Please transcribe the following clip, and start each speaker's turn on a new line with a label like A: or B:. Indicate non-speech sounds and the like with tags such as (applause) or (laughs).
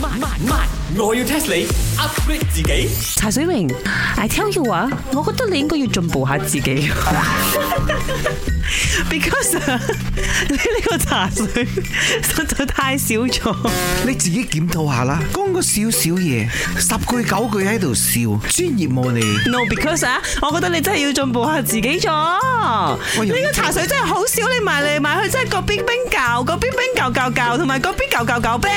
A: 慢慢慢，我要 test 你 upgrade 自己。
B: 茶水榮，I tell you 啊，我覺得你應該要進步下自己。Because 啊 (laughs) 你呢個茶水實在太少咗，
C: 你自己檢討下啦，講個少少嘢，十句九句喺度笑，專業冇你。
B: no because 啊，我覺得你真係要進步下自己咗。
C: 喂
B: 呢個茶水真係好少，你買嚟買去真係個冰冰教，個冰冰教教教，同埋個冰教教教冰。